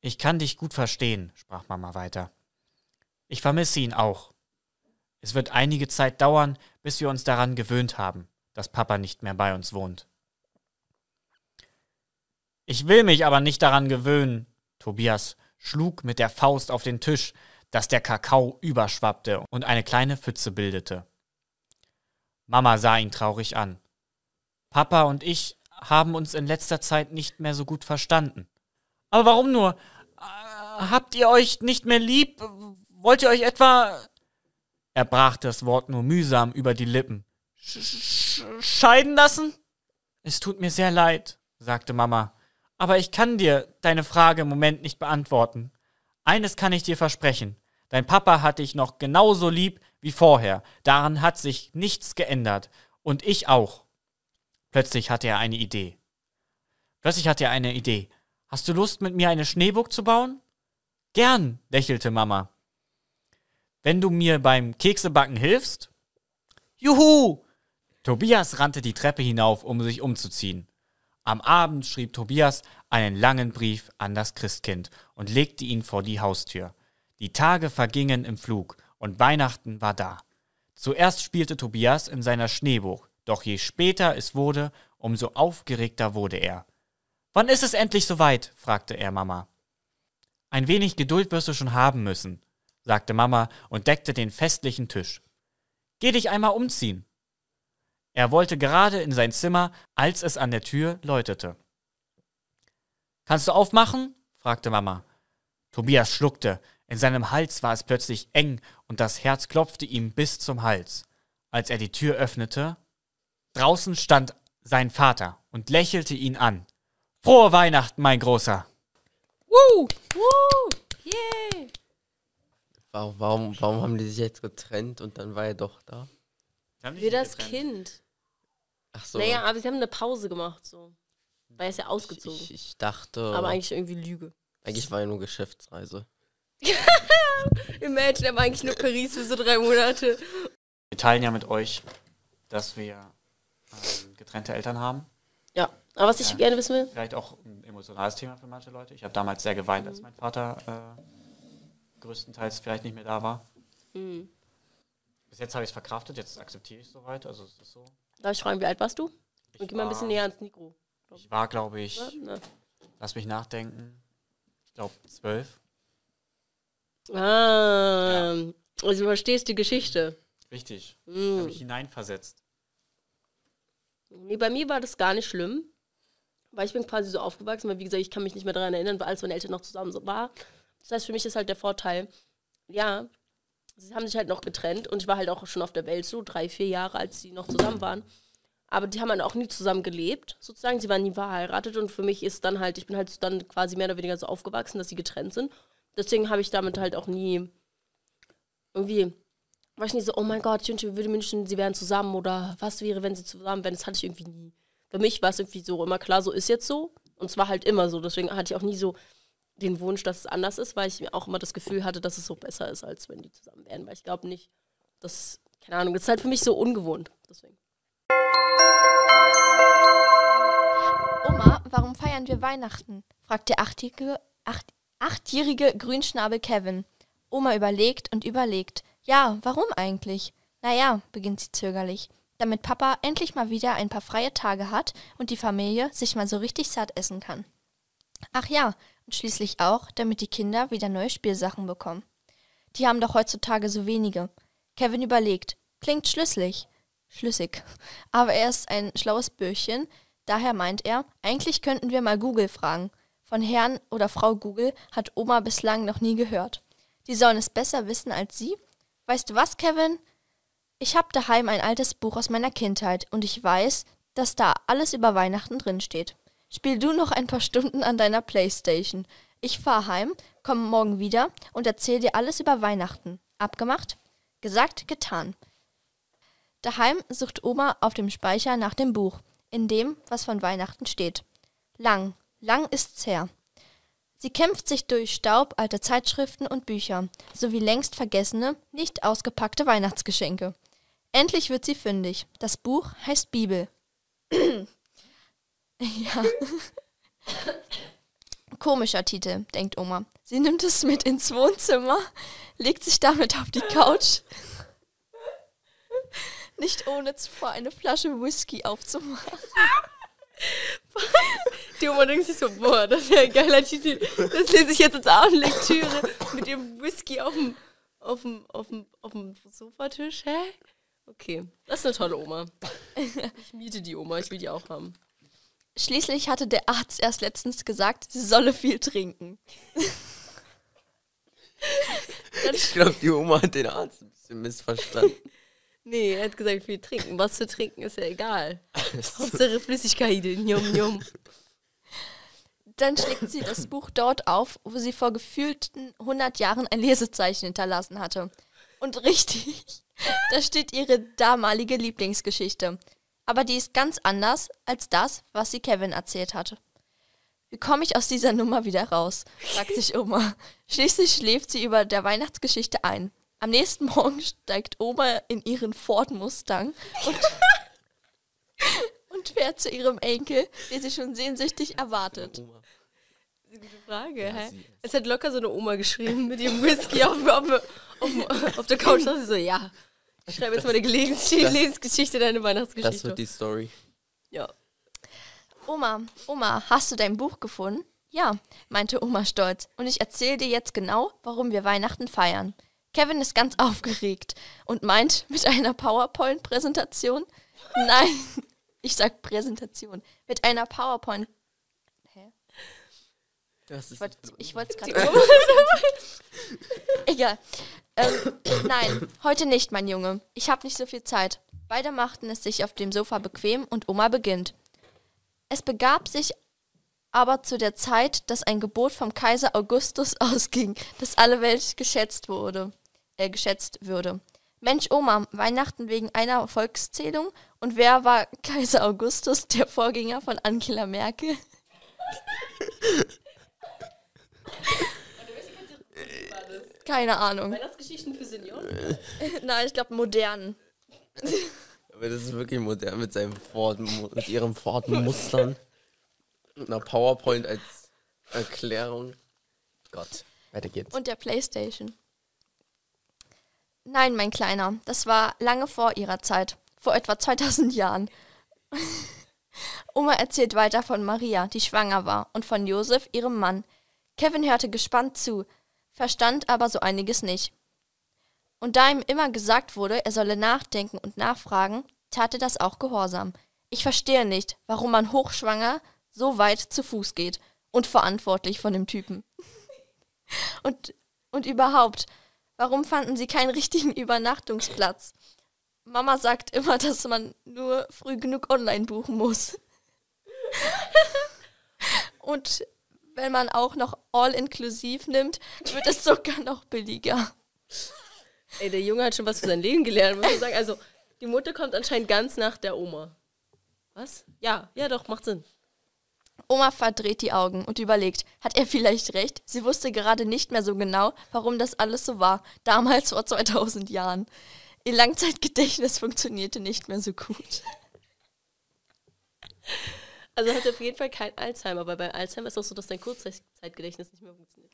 Speaker 20: Ich kann dich gut verstehen, sprach Mama weiter. Ich vermisse ihn auch. Es wird einige Zeit dauern, bis wir uns daran gewöhnt haben, dass Papa nicht mehr bei uns wohnt. Ich will mich aber nicht daran gewöhnen. Tobias schlug mit der Faust auf den Tisch, dass der Kakao überschwappte und eine kleine Pfütze bildete. Mama sah ihn traurig an. Papa und ich haben uns in letzter Zeit nicht mehr so gut verstanden. Aber warum nur? Äh, Habt ihr euch nicht mehr lieb? Wollt ihr euch etwa... Er brach das Wort nur mühsam über die Lippen. Sch- sch- Scheiden lassen? Es tut mir sehr leid, sagte Mama. Aber ich kann dir deine Frage im Moment nicht beantworten. Eines kann ich dir versprechen. Dein Papa hat dich noch genauso lieb wie vorher. Daran hat sich nichts geändert. Und ich auch. Plötzlich hatte er eine Idee. Plötzlich hatte er eine Idee. Hast du Lust, mit mir eine Schneeburg zu bauen? Gern, lächelte Mama. Wenn du mir beim Keksebacken hilfst? Juhu! Tobias rannte die Treppe hinauf, um sich umzuziehen. Am Abend schrieb Tobias einen langen Brief an das Christkind und legte ihn vor die Haustür. Die Tage vergingen im Flug und Weihnachten war da. Zuerst spielte Tobias in seiner Schneeburg, doch je später es wurde, umso aufgeregter wurde er. Wann ist es endlich soweit? fragte er Mama. Ein wenig Geduld wirst du schon haben müssen, sagte Mama und deckte den festlichen Tisch. Geh dich einmal umziehen. Er wollte gerade in sein Zimmer, als es an der Tür läutete. Kannst du aufmachen? fragte Mama. Tobias schluckte. In seinem Hals war es plötzlich eng und das Herz klopfte ihm bis zum Hals. Als er die Tür öffnete, draußen stand sein Vater und lächelte ihn an. Frohe Weihnachten, mein Großer!
Speaker 12: Woo! Woo! Yay!
Speaker 21: Warum, warum, warum haben die sich jetzt getrennt und dann war er doch da?
Speaker 11: Für das Kind.
Speaker 21: Ach so.
Speaker 11: Naja, aber sie haben eine Pause gemacht, so. Weil er ist ja ausgezogen.
Speaker 21: Ich dachte.
Speaker 11: aber eigentlich irgendwie Lüge.
Speaker 21: Eigentlich war ja nur Geschäftsreise.
Speaker 11: Imagine, er war eigentlich nur Paris für so drei Monate.
Speaker 2: Wir teilen ja mit euch, dass wir ähm, getrennte Eltern haben.
Speaker 11: Ja, aber was ich gerne wissen will.
Speaker 2: Vielleicht auch ein emotionales Thema für manche Leute. Ich habe damals sehr geweint, als mein Vater äh, größtenteils vielleicht nicht mehr da war.
Speaker 11: Hm.
Speaker 2: Bis jetzt habe ich es verkraftet, jetzt akzeptiere ich es soweit. Also es ist so.
Speaker 11: Darf ich fragen, wie alt warst du? Und geh mal ein
Speaker 2: war-
Speaker 11: bisschen näher ans Mikro.
Speaker 2: Ich war, glaube ich,
Speaker 11: Na,
Speaker 2: lass mich nachdenken, ich glaube zwölf.
Speaker 11: Ah, also du verstehst die Geschichte.
Speaker 2: Richtig.
Speaker 11: Hm.
Speaker 2: Habe ich hineinversetzt.
Speaker 11: Nee, bei mir war das gar nicht schlimm, weil ich bin quasi so aufgewachsen, weil wie gesagt, ich kann mich nicht mehr daran erinnern, weil alles meine Eltern noch zusammen so war. Das heißt, für mich ist halt der Vorteil, ja, sie haben sich halt noch getrennt und ich war halt auch schon auf der Welt so drei, vier Jahre, als sie noch zusammen waren. Aber die haben dann auch nie zusammen gelebt, sozusagen. Sie waren nie verheiratet und für mich ist dann halt, ich bin halt dann quasi mehr oder weniger so aufgewachsen, dass sie getrennt sind. Deswegen habe ich damit halt auch nie irgendwie war ich nie so, oh mein Gott, ich wünsche, ich würde mir wünschen, sie wären zusammen oder was wäre, wenn sie zusammen wären. Das hatte ich irgendwie nie. Für mich war es irgendwie so immer klar, so ist jetzt so. Und es war halt immer so. Deswegen hatte ich auch nie so den Wunsch, dass es anders ist, weil ich mir auch immer das Gefühl hatte, dass es so besser ist, als wenn die zusammen wären. Weil ich glaube nicht, dass, keine Ahnung, das ist halt für mich so ungewohnt. Deswegen.
Speaker 4: Oma, warum feiern wir Weihnachten? fragt der achtjährige, acht, achtjährige Grünschnabel Kevin. Oma überlegt und überlegt. Ja, warum eigentlich? Naja, beginnt sie zögerlich. Damit Papa endlich mal wieder ein paar freie Tage hat und die Familie sich mal so richtig satt essen kann. Ach ja, und schließlich auch, damit die Kinder wieder neue Spielsachen bekommen. Die haben doch heutzutage so wenige. Kevin überlegt. Klingt schlüssig. Schlüssig. Aber er ist ein schlaues Bürschchen. Daher meint er, eigentlich könnten wir mal Google fragen. Von Herrn oder Frau Google hat Oma bislang noch nie gehört. Die sollen es besser wissen als sie. Weißt du was, Kevin? Ich habe daheim ein altes Buch aus meiner Kindheit und ich weiß, dass da alles über Weihnachten drin steht. Spiel du noch ein paar Stunden an deiner Playstation. Ich fahr heim, komm morgen wieder und erzähl dir alles über Weihnachten. Abgemacht? Gesagt, getan. Daheim sucht Oma auf dem Speicher nach dem Buch, in dem, was von Weihnachten steht. Lang, lang ist's her. Sie kämpft sich durch Staub, alte Zeitschriften und Bücher sowie längst vergessene, nicht ausgepackte Weihnachtsgeschenke. Endlich wird sie fündig. Das Buch heißt Bibel. ja. Komischer Titel, denkt Oma. Sie nimmt es mit ins Wohnzimmer, legt sich damit auf die Couch. Nicht ohne zuvor eine Flasche Whisky aufzumachen.
Speaker 12: Die Oma denkt sich so, boah, das ist ja ein geiler Titel. Das lese ich jetzt als Abendlektüre mit dem Whisky auf dem, auf dem, auf dem, auf dem Sofatisch. Hä? Okay, das ist eine tolle Oma. Ich miete die Oma, ich will die auch haben.
Speaker 4: Schließlich hatte der Arzt erst letztens gesagt, sie solle viel trinken.
Speaker 21: Ich glaube, die Oma hat den Arzt ein bisschen missverstanden.
Speaker 12: Nee, er hat gesagt, viel trinken. Was zu trinken ist ja egal. Hauptsache Flüssigkeit, yum yum.
Speaker 4: Dann schlägt sie das Buch dort auf, wo sie vor gefühlten 100 Jahren ein Lesezeichen hinterlassen hatte. Und richtig, da steht ihre damalige Lieblingsgeschichte. Aber die ist ganz anders als das, was sie Kevin erzählt hatte. Wie komme ich aus dieser Nummer wieder raus? fragt sich Oma. Schließlich schläft sie über der Weihnachtsgeschichte ein. Am nächsten Morgen steigt Oma in ihren Ford Mustang und, und fährt zu ihrem Enkel, den sie schon sehnsüchtig erwartet.
Speaker 12: Gute Frage, hä? Es hat locker so eine Oma geschrieben mit ihrem Whisky auf, auf, auf, auf der Couch. Da sie so, ja, ich schreibe jetzt mal eine Gelebens-
Speaker 21: Das-
Speaker 12: Lebensgeschichte, deine Weihnachtsgeschichte.
Speaker 21: Das wird die Story.
Speaker 12: ja.
Speaker 4: Oma, Oma, hast du dein Buch gefunden? Ja, meinte Oma stolz. Und ich erzähle dir jetzt genau, warum wir Weihnachten feiern. Kevin ist ganz aufgeregt und meint mit einer PowerPoint-Präsentation. Nein, ich sag Präsentation. Mit einer PowerPoint.
Speaker 21: Das ist
Speaker 4: Wollt- Ich wollte es gerade. Egal. Ähm, nein, heute nicht, mein Junge. Ich habe nicht so viel Zeit. Beide machten es sich auf dem Sofa bequem und Oma beginnt. Es begab sich aber zu der Zeit, dass ein Gebot vom Kaiser Augustus ausging, das alle Welt geschätzt wurde, äh, geschätzt würde. Mensch, Oma, Weihnachten wegen einer Volkszählung und wer war Kaiser Augustus, der Vorgänger von Angela Merkel? Keine Ahnung.
Speaker 12: Weihnachtsgeschichten für Senioren?
Speaker 4: Nein, ich glaube modernen.
Speaker 21: Aber das ist wirklich modern mit seinem Ford, mit ihrem Ford Mustern. Mit einer PowerPoint als Erklärung. Gott, weiter geht's.
Speaker 4: Und der Playstation. Nein, mein Kleiner, das war lange vor ihrer Zeit, vor etwa 2000 Jahren. Oma erzählt weiter von Maria, die schwanger war, und von Josef, ihrem Mann. Kevin hörte gespannt zu, verstand aber so einiges nicht. Und da ihm immer gesagt wurde, er solle nachdenken und nachfragen, tat er das auch gehorsam. Ich verstehe nicht, warum man hochschwanger so weit zu Fuß geht und verantwortlich von dem Typen. Und, und überhaupt, warum fanden sie keinen richtigen Übernachtungsplatz? Mama sagt immer, dass man nur früh genug online buchen muss. Und wenn man auch noch all-inklusiv nimmt, wird es sogar noch billiger.
Speaker 12: Ey, der Junge hat schon was für sein Leben gelernt, muss man sagen. Also, die Mutter kommt anscheinend ganz nach der Oma. Was? Ja, ja doch, macht Sinn.
Speaker 4: Oma verdreht die Augen und überlegt, hat er vielleicht recht? Sie wusste gerade nicht mehr so genau, warum das alles so war, damals vor 2000 Jahren. Ihr Langzeitgedächtnis funktionierte nicht mehr so gut.
Speaker 12: Also hat er auf jeden Fall kein Alzheimer, weil bei Alzheimer ist auch so, dass dein Kurzzeitgedächtnis nicht mehr funktioniert.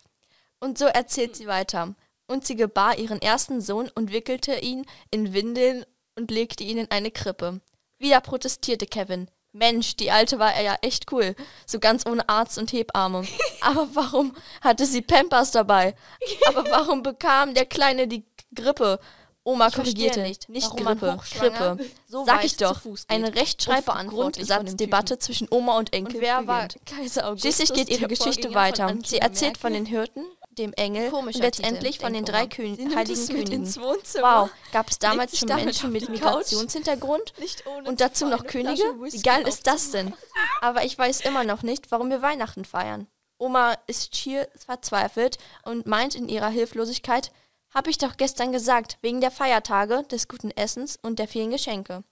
Speaker 4: Und so erzählt sie weiter. Und sie gebar ihren ersten Sohn und wickelte ihn in Windeln und legte ihn in eine Krippe. Wieder protestierte Kevin. Mensch, die Alte war ja echt cool. So ganz ohne Arzt und Hebamme. Aber warum hatte sie Pampers dabei? Aber warum bekam der Kleine die Grippe? Oma
Speaker 12: Ich verstehe
Speaker 4: korrigierte
Speaker 12: nicht,
Speaker 4: nicht. Nicht
Speaker 12: warum man
Speaker 4: Grippe,
Speaker 12: hochschwanger
Speaker 4: Grippe.
Speaker 12: so
Speaker 4: Sag
Speaker 12: weit
Speaker 4: ich doch.
Speaker 12: zu Fuß geht.
Speaker 4: Eine Rechtschreibbeantwortungssatzdebatte zwischen Oma und Enkel.
Speaker 12: Und wer war
Speaker 4: beginnt.
Speaker 12: Kaiser Augustus,
Speaker 4: Schließlich geht ihre
Speaker 12: Also der
Speaker 4: Geschichte
Speaker 12: Vorgänger
Speaker 4: weiter.
Speaker 12: von
Speaker 4: Sie
Speaker 12: Angela
Speaker 4: erzählt von den Hirten, dem Engel
Speaker 12: Komischer
Speaker 4: und letztendlich
Speaker 12: Titel,
Speaker 4: von den
Speaker 12: denkt
Speaker 4: drei
Speaker 12: Oma.
Speaker 4: Kön
Speaker 12: Sie nimmt
Speaker 4: heiligen
Speaker 12: es mit
Speaker 4: Königen.
Speaker 12: ins Wohnzimmer,
Speaker 4: wow, gab es
Speaker 12: legt
Speaker 4: damals
Speaker 12: sich
Speaker 4: schon
Speaker 12: damit
Speaker 4: Menschen
Speaker 12: auf
Speaker 4: mit
Speaker 12: die Couch.
Speaker 4: Migrationshintergrund und dazu noch Könige? Wie geil ist das denn? Aber ich weiß immer noch nicht, warum wir Weihnachten feiern. Oma ist schier verzweifelt und meint in ihrer Hilflosigkeit, habe ich doch gestern gesagt, wegen der Feiertage, des guten Essens und der vielen Geschenke.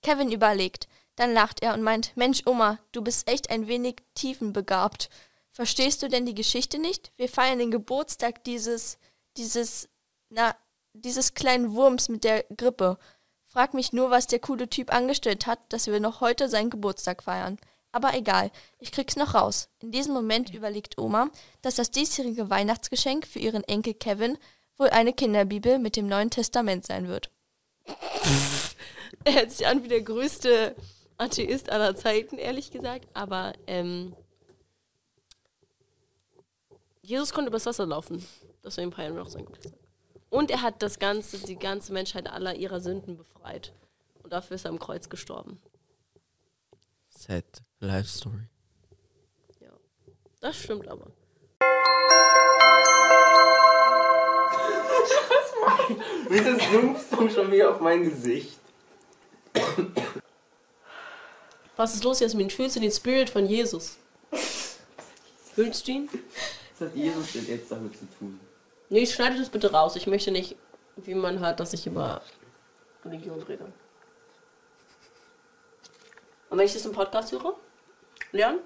Speaker 4: Kevin überlegt. Dann lacht er und meint, Mensch, Oma, du bist echt ein wenig tiefenbegabt. Verstehst du denn die Geschichte nicht? Wir feiern den Geburtstag dieses, dieses, na, dieses kleinen Wurms mit der Grippe. Frag mich nur, was der coole Typ angestellt hat, dass wir noch heute seinen Geburtstag feiern. Aber egal, ich krieg's noch raus. In diesem Moment überlegt Oma, dass das diesjährige Weihnachtsgeschenk für ihren Enkel Kevin wohl eine Kinderbibel mit dem Neuen Testament sein wird.
Speaker 11: Er hört sich an wie der größte Atheist aller Zeiten, ehrlich gesagt. Aber ähm, Jesus konnte übers Wasser laufen. Deswegen feiern wir auch sein Geburtstag. Und er hat das ganze, die ganze Menschheit aller ihrer Sünden befreit. Und dafür ist er am Kreuz gestorben.
Speaker 21: Sad Life Story.
Speaker 11: Das stimmt aber.
Speaker 21: Wieso zoomst du schon wieder auf mein Gesicht?
Speaker 11: Was ist los, Jasmin? Fühlst du den Spirit von Jesus? Fühlst du ihn?
Speaker 21: Was hat Jesus denn jetzt damit zu tun?
Speaker 11: Nee, schneide das bitte raus. Ich möchte nicht, wie man hört, dass ich über Religion rede. Und wenn ich das im Podcast höre? Leon?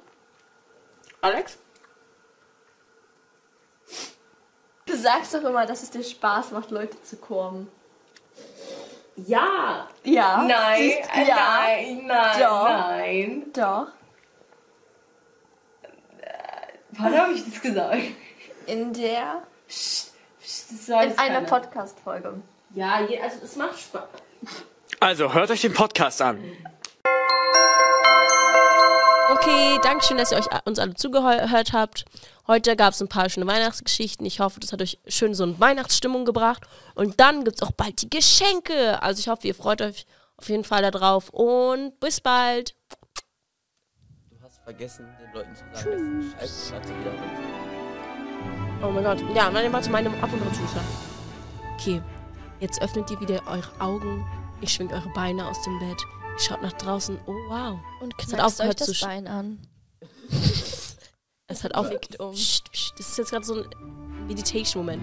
Speaker 11: Alex?
Speaker 22: Du sagst doch immer, dass es dir Spaß macht, Leute zu kurven.
Speaker 11: Ja!
Speaker 22: Ja.
Speaker 11: Nein,
Speaker 22: Siehst,
Speaker 11: äh, nein, nein,
Speaker 22: Doch.
Speaker 11: nein.
Speaker 22: Doch.
Speaker 11: Wann habe ich das gesagt?
Speaker 22: In der.
Speaker 11: das war
Speaker 22: in
Speaker 11: jetzt
Speaker 22: einer
Speaker 11: keiner.
Speaker 22: Podcast-Folge.
Speaker 11: Ja, je- also es macht Spaß.
Speaker 20: Also hört euch den Podcast an.
Speaker 11: Okay, danke schön, dass ihr euch uns alle zugehört habt. Heute gab es ein paar schöne Weihnachtsgeschichten. Ich hoffe, das hat euch schön so eine Weihnachtsstimmung gebracht. Und dann gibt es auch bald die Geschenke. Also ich hoffe, ihr freut euch auf jeden Fall darauf. Und bis bald.
Speaker 21: Du hast vergessen, den Leuten zu sagen, dass es scheiße wieder
Speaker 11: Oh mein Gott. Ja, meine, warte, meine ab und zu. Okay, jetzt öffnet ihr wieder eure Augen. Ihr schwingt eure Beine aus dem Bett. Ihr schaut nach draußen. Oh wow.
Speaker 4: Und
Speaker 11: Es hat
Speaker 4: knackst
Speaker 11: aufgehört
Speaker 4: euch das
Speaker 11: zu sch-
Speaker 4: Bein an.
Speaker 11: Es hat auf.
Speaker 4: Klickt um.
Speaker 11: Psst, psst, das ist jetzt gerade so ein Meditation-Moment.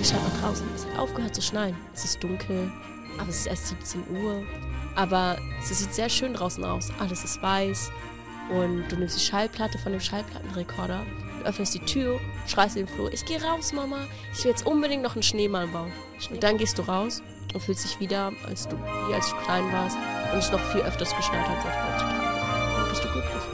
Speaker 11: Ich schaue nach draußen. Es hat aufgehört zu schneien. Es ist dunkel, aber es ist erst 17 Uhr. Aber es sieht sehr schön draußen aus. Alles ist weiß. Und du nimmst die Schallplatte von dem Schallplattenrekorder, du öffnest die Tür, schreist in den Flur, ich gehe raus, Mama. Ich will jetzt unbedingt noch einen Schneemann bauen. Und dann gehst du raus und fühlst dich wieder, als du, wie als du klein warst und es noch viel öfters geschneit hat, als du als du klein warst. Dann bist du glücklich.